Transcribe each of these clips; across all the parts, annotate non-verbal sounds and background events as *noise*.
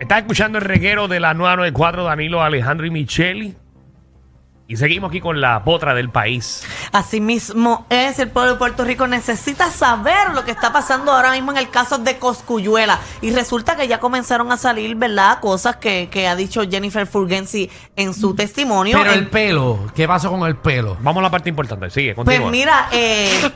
Estás escuchando el reguero de la 994, Danilo, Alejandro y Micheli. Y seguimos aquí con la potra del país. Asimismo es, el pueblo de Puerto Rico necesita saber lo que está pasando ahora mismo en el caso de Coscuyuela. Y resulta que ya comenzaron a salir, ¿verdad? Cosas que, que ha dicho Jennifer Fulgensi en su testimonio. Mm. Pero En- el pelo, ¿qué pasó con el pelo? Vamos a la parte importante. Sigue, Pues continúa. mira, eh,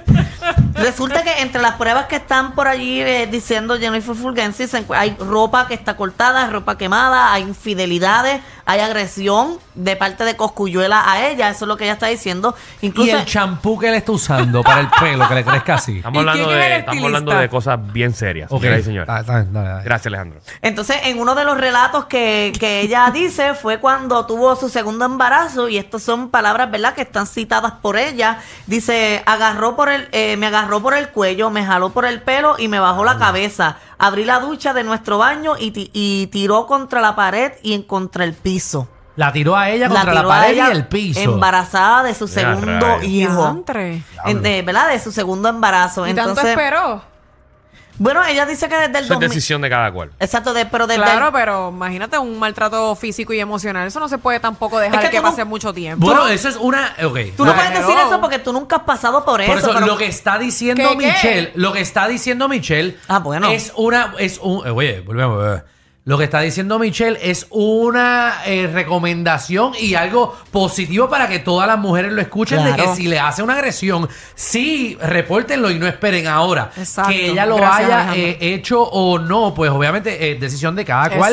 *laughs* resulta que entre las pruebas que están por allí eh, diciendo Jennifer Fulgensi, se encu- hay ropa que está cortada, ropa quemada, hay infidelidades, hay agresión de parte de Coscuyuela a ella. Eso es lo que ella está diciendo. Y Incluso el champú que él está usando para el pelo, que le crezca *laughs* así. estamos, ¿Y hablando quién es el de, estamos hablando estilista? de cosas bien serias, Ok. señoras y señores. Ah, está bien, dale, dale. Gracias, Alejandro. Entonces, en uno de los relatos que, que ella dice fue cuando tuvo su segundo embarazo, y estas son palabras, ¿verdad?, que están citadas por ella. Dice, agarró por el, eh, me agarró por el cuello, me jaló por el pelo y me bajó la cabeza. Abrí la ducha de nuestro baño y, ti- y tiró contra la pared y en contra el piso. La tiró a ella contra la, tiró a pared ella y el piso. Embarazada de su Ya, segundo rayos. hijo. Diantre. En- de- ¿Verdad? De su segundo embarazo. Y tanto Entonces, esperó. bueno, ella dice que desde Eso el es 2000... decisión de cada cual. Exacto, de- pero desde el Claro, pero imagínate un maltrato físico y emocional. Eso no se puede tampoco dejar que que, tú no- pase mucho tiempo. Bueno, eso es una. Ok. Tú Lo no que- Claro. puedes decir eso porque tú nunca has pasado por eso. por eso, pero- lo que está diciendo ¿Qué, qué? Michelle, lo que está diciendo Michelle Ah, bueno. es una, es un, eh, oye, volvemos, eh. lo que está diciendo Michelle es una eh, recomendación y algo positivo para que todas las mujeres lo escuchen de Claro. que si le hace una agresión, sí, repórtenlo y no esperen ahora. Exacto. Que ella lo Gracias, haya Alejandro. eh, hecho o no, pues obviamente es decisión de cada cual,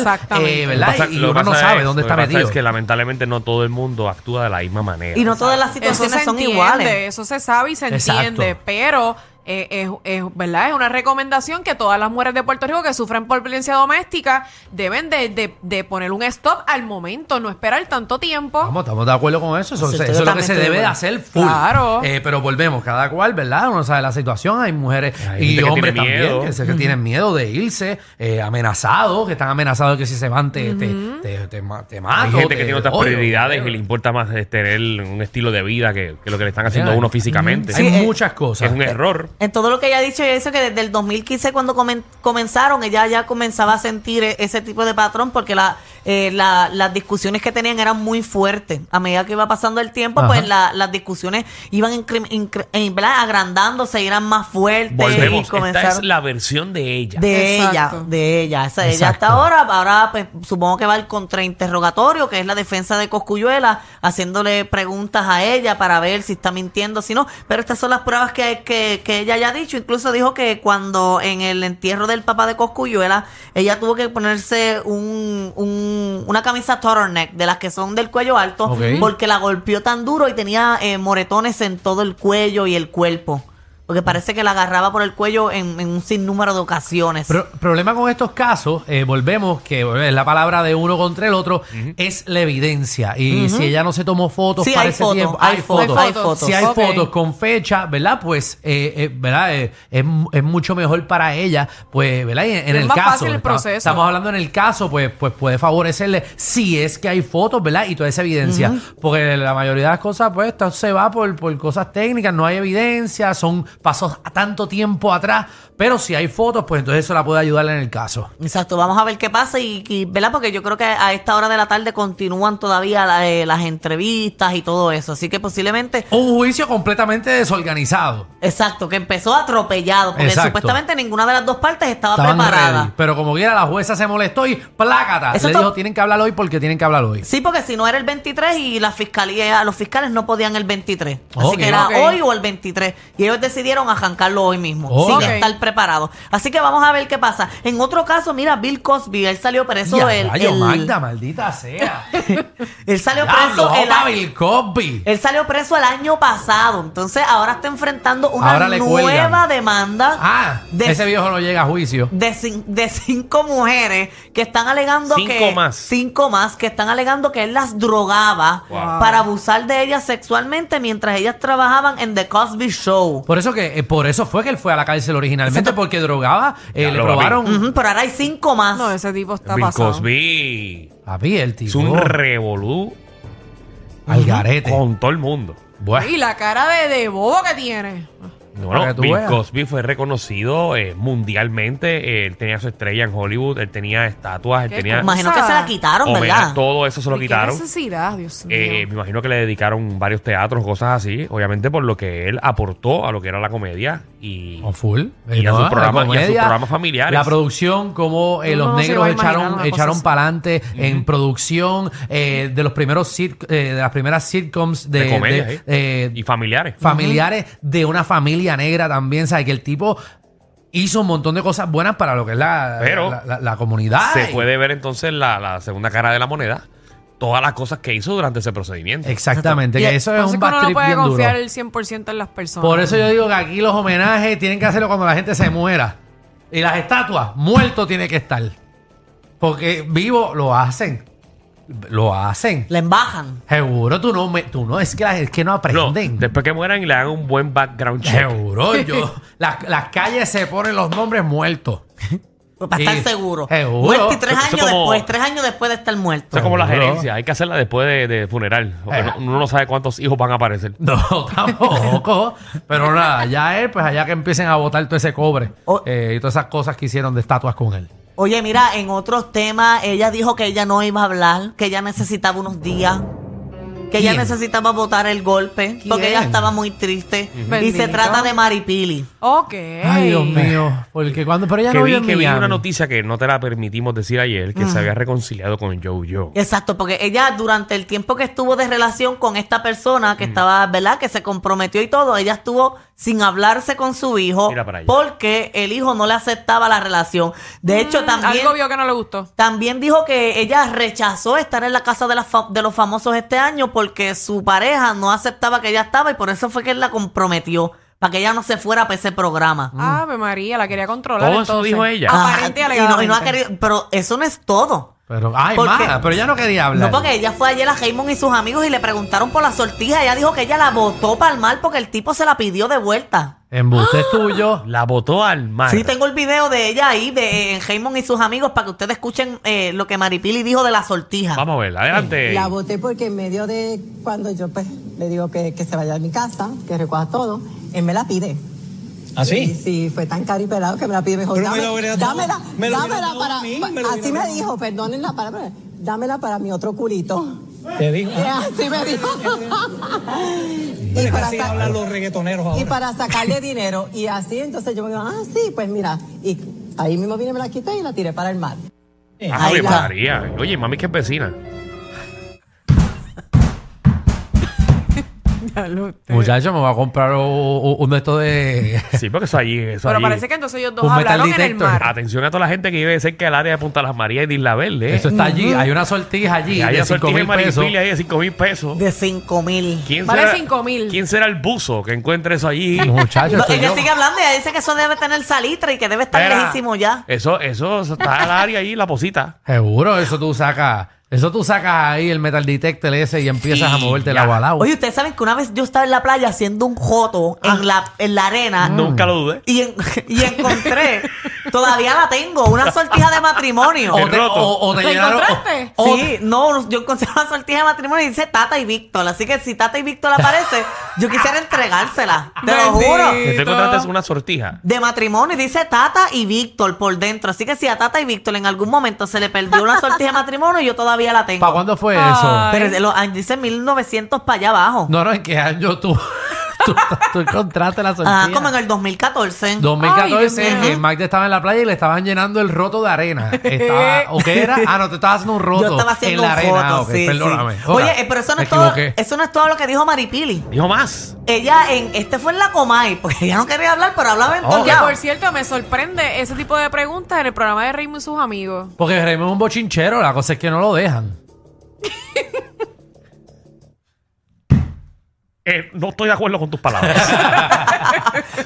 eh, Exactamente. Lo ¿verdad? Lo que pasa- y lo que uno no pasa sabe es- dónde lo está que pasa metido. Es que lamentablemente no todo el mundo actúa de la misma manera. y no todas las Eso se situaciones son entiende, iguales. eso se sabe y se Exacto. entiende, pero eh, es, es- ¿verdad? es una recomendación que todas las mujeres de Puerto Rico que sufren por violencia doméstica deben de, de- de poner un stop al momento, no esperar tanto tiempo. Vamos, estamos de acuerdo con eso. Eso, Sí, eso Pues estoy es lo que totalmente se de debe de acuerdo. hacer full. Claro. Eh, pero volvemos, cada cual, ¿verdad? Uno sabe la situación. Hay mujeres Hay gente y que hombres tiene también miedo. que, se- que tienen miedo de irse, eh, amenazados, que están amenazados de que si se van te, te, te, te ma- te mato. Hay gente te que tiene otras odio. prioridades y le importa más eh, tener un estilo de vida que, que lo que le están haciendo a Mira, uno físicamente. Hay Sí, eh, muchas es cosas. un error. En todo lo que ella ha dicho, ella dice que desde el 2015 cuando comen- comenzaron, ella ya comenzaba a sentir e- ese tipo de patrón porque la, eh, la- las discusiones que tenían eran muy fuertes. A medida que iba pasando el tiempo, Ajá. pues la- las discusiones iban incre- incre- eh, ¿verdad? agrandándose y eran más fuertes. Volvemos. y Esta comenzaron... es la versión de ella. De Exacto. ella, de ella. Esa, ella Exacto. hasta ahora, ahora pues, supongo que va el contrainterrogatorio, que es la defensa de Coscuyuela, haciéndole preguntas a ella para ver si está mintiendo, si no. Pero estas son las pruebas que, que, que ella ya ha dicho. Incluso dijo que cuando en el entierro del papá de Coscuyuela, ella tuvo que ponerse un, un- una camisa turtleneck, de las que son del cuello alto, Ok. porque la golpeó tan duro y tenía eh, moretones en todo el cuello y el cuerpo. Porque parece que la agarraba por el cuello en, en un sinnúmero de ocasiones. Pro- problema con estos casos, eh, volvemos, que eh, la palabra de uno contra el otro es la evidencia. Y si ella no se tomó fotos Sí, para hay ese fotos, tiempo, hay fotos, hay fotos. Si hay Ok. fotos con fecha, ¿verdad? Pues, eh, eh, ¿verdad? Eh, es, mu- es mucho mejor para ella, pues, ¿verdad? Y en, en Es el más caso. fácil el estamos- proceso. Estamos hablando en el caso, pues, pues puede favorecerle si es que hay fotos, ¿verdad? Y toda esa evidencia. Porque la mayoría de las cosas, pues, esto se va por, por cosas técnicas, no hay evidencia, son pasos a tanto tiempo atrás. Pero si hay fotos, pues entonces eso la puede ayudar en el caso. Exacto, vamos a ver qué pasa y, y, ¿verdad? Porque yo creo que a esta hora de la tarde continúan todavía la- eh, las entrevistas y todo eso, así que posiblemente Un juicio completamente desorganizado. Exacto, que empezó atropellado, porque Exacto. supuestamente ninguna de las dos partes estaba Estaban preparada. ready, pero como quiera, la jueza se molestó y plácata. Eso le to- dijo, tienen que hablar hoy porque tienen que hablar hoy. Sí, porque si no era el 23 y la fiscalía, los fiscales no podían el 23. Así Ok. que era Ok. hoy o el 23. Y ellos decidieron arrancarlo hoy mismo, Ok. sin estar preparados. Así que vamos a ver qué pasa. En otro caso, mira, Bill Cosby, él salió preso Ya, el, rayo, el- Magda, maldita *laughs* sea. Ah, él salió Diablo, preso el opa, Bill Cosby. Él salió preso el año pasado, entonces ahora está enfrentando una Ahora le cuelgan. nueva demanda Ah, de, ese viejo no llega a juicio. de cin- de cinco mujeres que están alegando Cinco que más. cinco más que están alegando que él las drogaba Wow. para abusar de ellas sexualmente mientras ellas trabajaban en The Cosby Show. Por eso que eh, por eso fue que él fue a la cárcel originalmente Exacto. porque drogaba, eh, Ya le lo probaron Ujú, pero ahora hay cinco más. No, ese tipo está Bill pasado. Cosby papi, el es tipo un revolú al garete. con todo el mundo. Bueno, Y la cara de, de bobo que tiene. Para Bueno, que tú Bill veas. Cosby fue reconocido eh, mundialmente. Él tenía su estrella en Hollywood, él tenía estatuas, él Qué tenía cosa. Imagino que se la quitaron, homenaje, ¿verdad? todo eso se lo ¿Y quitaron. Qué necesidad, Dios mío. Eh, me imagino que le dedicaron varios teatros, cosas así, obviamente por lo que él aportó a lo que era la comedia y O full. Eh, Y a sus la programas- y a sus programas familiares. La producción, como eh, Uno los no se negros va a imaginar echaron, una cosa echaron así. para adelante en producción eh, de los primeros sit- eh, de las primeras sitcoms de, De comedia, de, sí. eh, y familiares. familiares de una familia negra también. ¿Sabes? Que el tipo hizo un montón de cosas buenas para lo que es la, Pero la, la- la comunidad. se puede ver entonces la, la segunda cara de la moneda, todas las cosas que hizo durante ese procedimiento. Exactamente. Exacto. Que eso Por es eso un es pues, que uno back no trip puede bien duro. confiar el 100% en las personas. Por eso yo digo que aquí los homenajes tienen que hacerlo cuando la gente se muera. Y las estatuas, muerto tiene que estar. Porque vivo lo hacen. Lo hacen. La embajan. Seguro tú no, me- tú no es que, la- es que no No, aprenden. después que mueran y le hagan un buen background check. Seguro *laughs* yo. las, las calles se ponen los nombres muertos. Pues para Sí, estar seguro. seguro. Muerto y tres Eso es años como- después, tres años después de estar muerto. Eso es como la Seguro. gerencia, hay que hacerla después de, de funeral. porque Eh. no- uno no sabe cuántos hijos van a aparecer. No, *laughs* tampoco. Pero nada, ya él, pues allá que empiecen a botar todo ese cobre Oh. eh, y todas esas cosas que hicieron de estatuas con él. Oye, mira, en otros temas, ella dijo que ella no iba a hablar, que ella necesitaba unos días, que ella ¿Quién? necesitaba votar el golpe, porque ella ¿Quién? estaba muy triste. Y se Bendito. trata de Maripili. Ok. Ay, Dios mío. Porque cuando. Pero ella Que no vi, vive en que vi Miami. una noticia que no te la permitimos decir ayer, que se había reconciliado con Jojo. Exacto, porque ella durante el tiempo que estuvo de relación con esta persona que estaba, ¿verdad? Que se comprometió y todo, ella estuvo sin hablarse con su hijo Mira para allá. porque el hijo no le aceptaba la relación. De hecho, Mm, también... Algo vio que no le gustó. También dijo que ella rechazó estar en la casa de, las fa- de los famosos este año porque su pareja no aceptaba que ella estaba y por eso fue que él la comprometió, para que ella no se fuera para ese programa. Mm. Ave María, la quería Oh, controlar. Todo eso entonces. dijo ella. Ajá, Ah, Aparente y Ah, y no, y no ha alegadamente. querido, pero eso no es todo. Pero, ay, ¿Por qué? mala, pero ella no quería hablar. No, porque ella fue ayer a Raymond y sus amigos y le preguntaron por la sortija. Ella dijo que ella la botó para el mal porque el tipo se la pidió de vuelta. Embuste *gasps* es tuyo. La botó al mar. Sí, tengo el video de ella ahí, de eh, Raymond y sus amigos, para que ustedes escuchen eh, lo que Maripili dijo de la sortija. Vamos a ver, adelante. La voté porque en medio de cuando yo pues le digo que, que se vaya a mi casa, que recoja todo, él me la pide. Y ¿Así? si fue tan caro y pelado que me la pide mejor. ¿Ah, Pero me dame- lo hubiera dámela, dado- dámela, me lo hubiera dado para. a mí, me lo así hubiera me dado. dijo, perdonen la palabra, dámela para mi otro culito. Te digo. *laughs* Así me dijo. *laughs* Bueno, y, es que para así sa- hablan los reggaetoneros y ahora. para sacarle dinero. Y así, entonces yo me digo, ah, sí, pues mira. Y ahí mismo vine, me la quité y la tiré para el mar. Ah, Ahí Ave está. María. Oye, mami, que es vecina. Ya lo- Muchacho, me va a comprar u- u- uno de estos de. Sí, porque eso allí. Eso Pero allí. parece que entonces ellos dos Un Pues metal hablaron en el detector. mar. Atención a toda la gente que vive cerca del área de Punta Las Marías y de Isla Verde. ¿eh? Eso está allí. Hay una sortija allí. Y hay de una 5 sortija de mil pesos. Maripili ahí de 5 mil pesos. De 5 mil. ¿Quién Vale será- 5.000. ¿Quién será el buzo que encuentre eso allí? Muchacho, No, estoy ella yo- sigue hablando y ella dice que eso debe tener salitre y que debe estar Espera. lejísimo ya. Eso, eso está al área ahí, la posita. Seguro, eso tú sacas. Eso tú sacas ahí el metal detector ese y empiezas a Y moverte ya. la balao. Oye, ustedes saben que una vez yo estaba en la playa haciendo un joto en, la, en la arena. Nunca lo dudé. Y, en- *laughs* y encontré, todavía la tengo, una sortija de matrimonio. O te, roto. o- o te ¿Lo llenaron. encontraste? o- o- Sí, no, yo encontré una sortija de matrimonio y dice Tata y Víctor. Así que si Tata y Víctor aparece, yo quisiera entregársela. Te lo Bendito. juro. Que tú encontraste Este una sortija. De matrimonio y dice Tata y Víctor por dentro. Así que si a Tata y Víctor en algún momento se le perdió una sortija de matrimonio, yo todavía la tengo. ¿Para cuándo fue eso? Ay. Pero de los años- dice 1900 para allá abajo. No, no, ¿en qué año tú, *laughs* tú, tú encontraste la sortija? Ah, como en el 2014. 2014, Ay, Dios mío. que Magda estaba en la playa y le estaban llenando el roto de arena. *laughs* Estaba, ¿O qué era? Ah, no, te estabas haciendo un roto. yo estaba haciendo en la un arena. foto. ok, sí, sí. perdóname. Oye, Ok, eh, pero eso no, me es todo, equivoqué. eso no es todo lo que dijo Maripili. Dijo más. Ella en, este fue en la Comay, *laughs* pues ella no quería hablar, pero hablaba en Ah, todo oh, Que por cierto, me sorprende ese tipo de preguntas en el programa de Raymond y sus amigos. Porque Raymond es un bochinchero, la cosa es que no lo dejan. Eh, no estoy de acuerdo con tus palabras.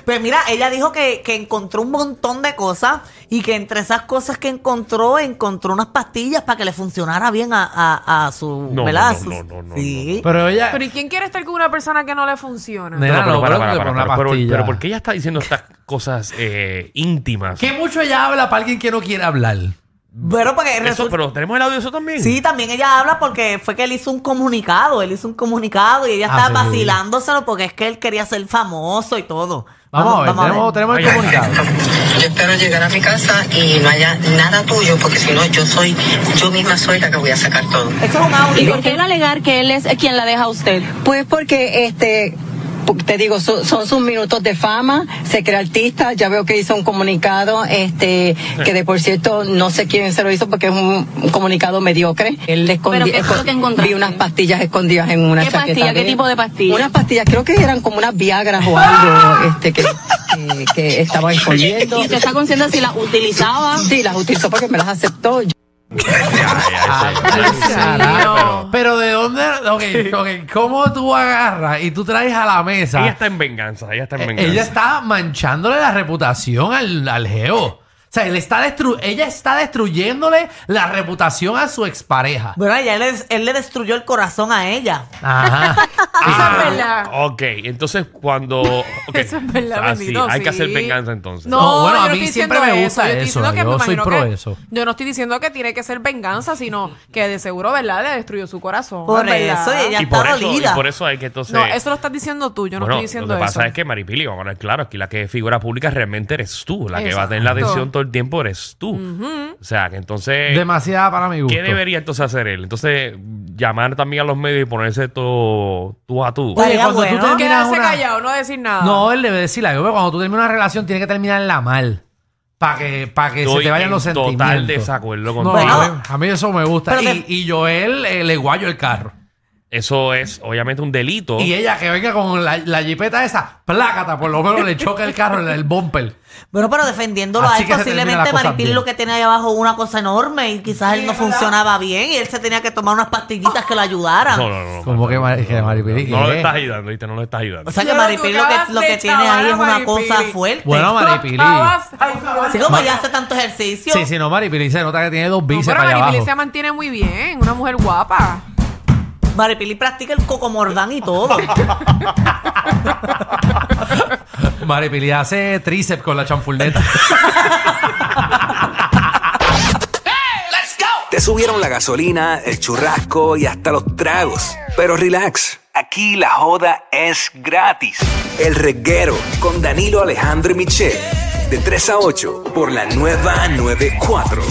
Pues mira, ella dijo que, que encontró un montón de cosas y que entre esas cosas que encontró, encontró unas pastillas para que le funcionara bien a, a- a su... No, ¿verdad? no, A no, sus- no, no, no, sí. Pero ella. Pero ¿y quién quiere estar con una persona que no le funciona? *laughs* Nena, No, no, no, pero, para, para, pero te para, pone una para, pero- pastilla. pero ¿por qué ella está diciendo estas cosas eh, íntimas? Que mucho ella habla para alguien que no quiere hablar. Bueno, porque Eso, resulta... pero tenemos el audio de eso también. Sí, también ella habla porque fue que él hizo un comunicado, él hizo un comunicado y ella Ah, estaba sí. vacilándoselo porque es que él quería ser famoso y todo. Vamos, a ver, Vamos a ver. tenemos, tenemos el Ay, ay, comunicado. *laughs* Yo espero llegar a mi casa y no haya nada tuyo, porque si no, yo soy, yo misma soy la que voy a sacar todo. Eso es un audio. ¿Y por qué no alegar que él es quien la deja a usted? Pues porque este pu- te digo, so- son sus minutos de fama, se cree artista, ya veo que hizo un comunicado, este, que de por cierto no sé quién se lo hizo porque es un, un comunicado mediocre. Él le escondi- Pero, ¿qué fue lo que escon- encontraste? vi unas pastillas escondidas en una ¿Qué chaqueta. pastilla? ¿Qué tipo de pastilla? Unas pastillas, creo que eran como unas viagras o algo, este, que, que, que estaba escondiendo. *laughs* ¿Y usted está consciente si la utilizaba? Sí, las utilizó porque me las aceptó. Ay, ay, Ay, sí. Ah, carajo. Pero- Pero de dónde, ok, ok, ¿cómo tú agarras y tú traes a la mesa? Ella está en venganza, ella está en Eh, venganza. Ella está manchándole la reputación al, al geo. O sea, él está destru- ella está destruyéndole la reputación a su expareja. Bueno, ya él, es- él le destruyó el corazón a ella. *laughs* Ajá. Eso es verdad. Ok, entonces cuando. ok. Eso es verdad, Ah, sí, bendito, Hay que hacer sí. venganza entonces. No, No, bueno, yo a no mí estoy siempre diciendo me eso, gusta estoy eso, diciendo que yo me soy imagino pro que- eso. Yo no estoy diciendo que tiene que ser venganza, sino que de seguro, ¿verdad? Le destruyó su corazón. Por ¿verdad? eso, y ella y, está por eso, y dolida. por eso hay que entonces. No, eso lo estás diciendo tú, yo no Bueno, estoy diciendo lo que eso. pasa es que Maripili, vamos a ver, claro, aquí la que figura pública realmente eres tú. La que va a tener la Exacto. atención todo el tiempo eres tú. O sea, que entonces. Demasiada para mi gusto. Eh, ¿Qué debería entonces hacer él? Entonces, llamar también a los medios y ponerse todo tú a tú. Oye, Estaría cuando bueno. tú terminas Quedarse una... callado, no decir nada. No, él debe decir algo. pero Cuando tú terminas una relación, tiene que terminarla mal. Para que, pa' que se Estoy te vayan en los total sentimientos. desacuerdo No, contigo. a, mí, a mí eso me gusta. Pero Y, de- y Joel eh, le guayo el carro. Eso es obviamente un delito. Y ella que venga con la, la jipeta esa, plácata, por lo menos le choca el carro, el, el bumper. Bueno, pero defendiéndolo Así a que él, se termina la posiblemente cosa Maripili bien. lo que tenía ahí abajo una cosa enorme y quizás él no funcionaba bien y él se tenía que tomar unas pastillitas que lo ayudaran. No, no, no. no. Como que, Mari- que Maripili, No lo ¿qué? estás ayudando, ¿viste? No lo estás ayudando. O sea que Pero tú Maripili lo acabas que, lo de que tiene ahí es chavar a una cosa Maripili. fuerte. Bueno, Maripili. Acabas- Ay, Así como ella hace tanto ejercicio. Sí, sí, no, Maripili se nota que tiene dos No, bíceps pero allá Maripili abajo. se mantiene muy bien, una mujer guapa. Maripili practica el cocomordán y *laughs* todo. *laughs* Maripili hace tríceps con la chanfurneta. Te subieron la gasolina, el churrasco y hasta los tragos. Pero relax, aquí la joda es gratis. El reguero con Danilo Alejandro y Michel. De 3 a 8 por la nueva 94.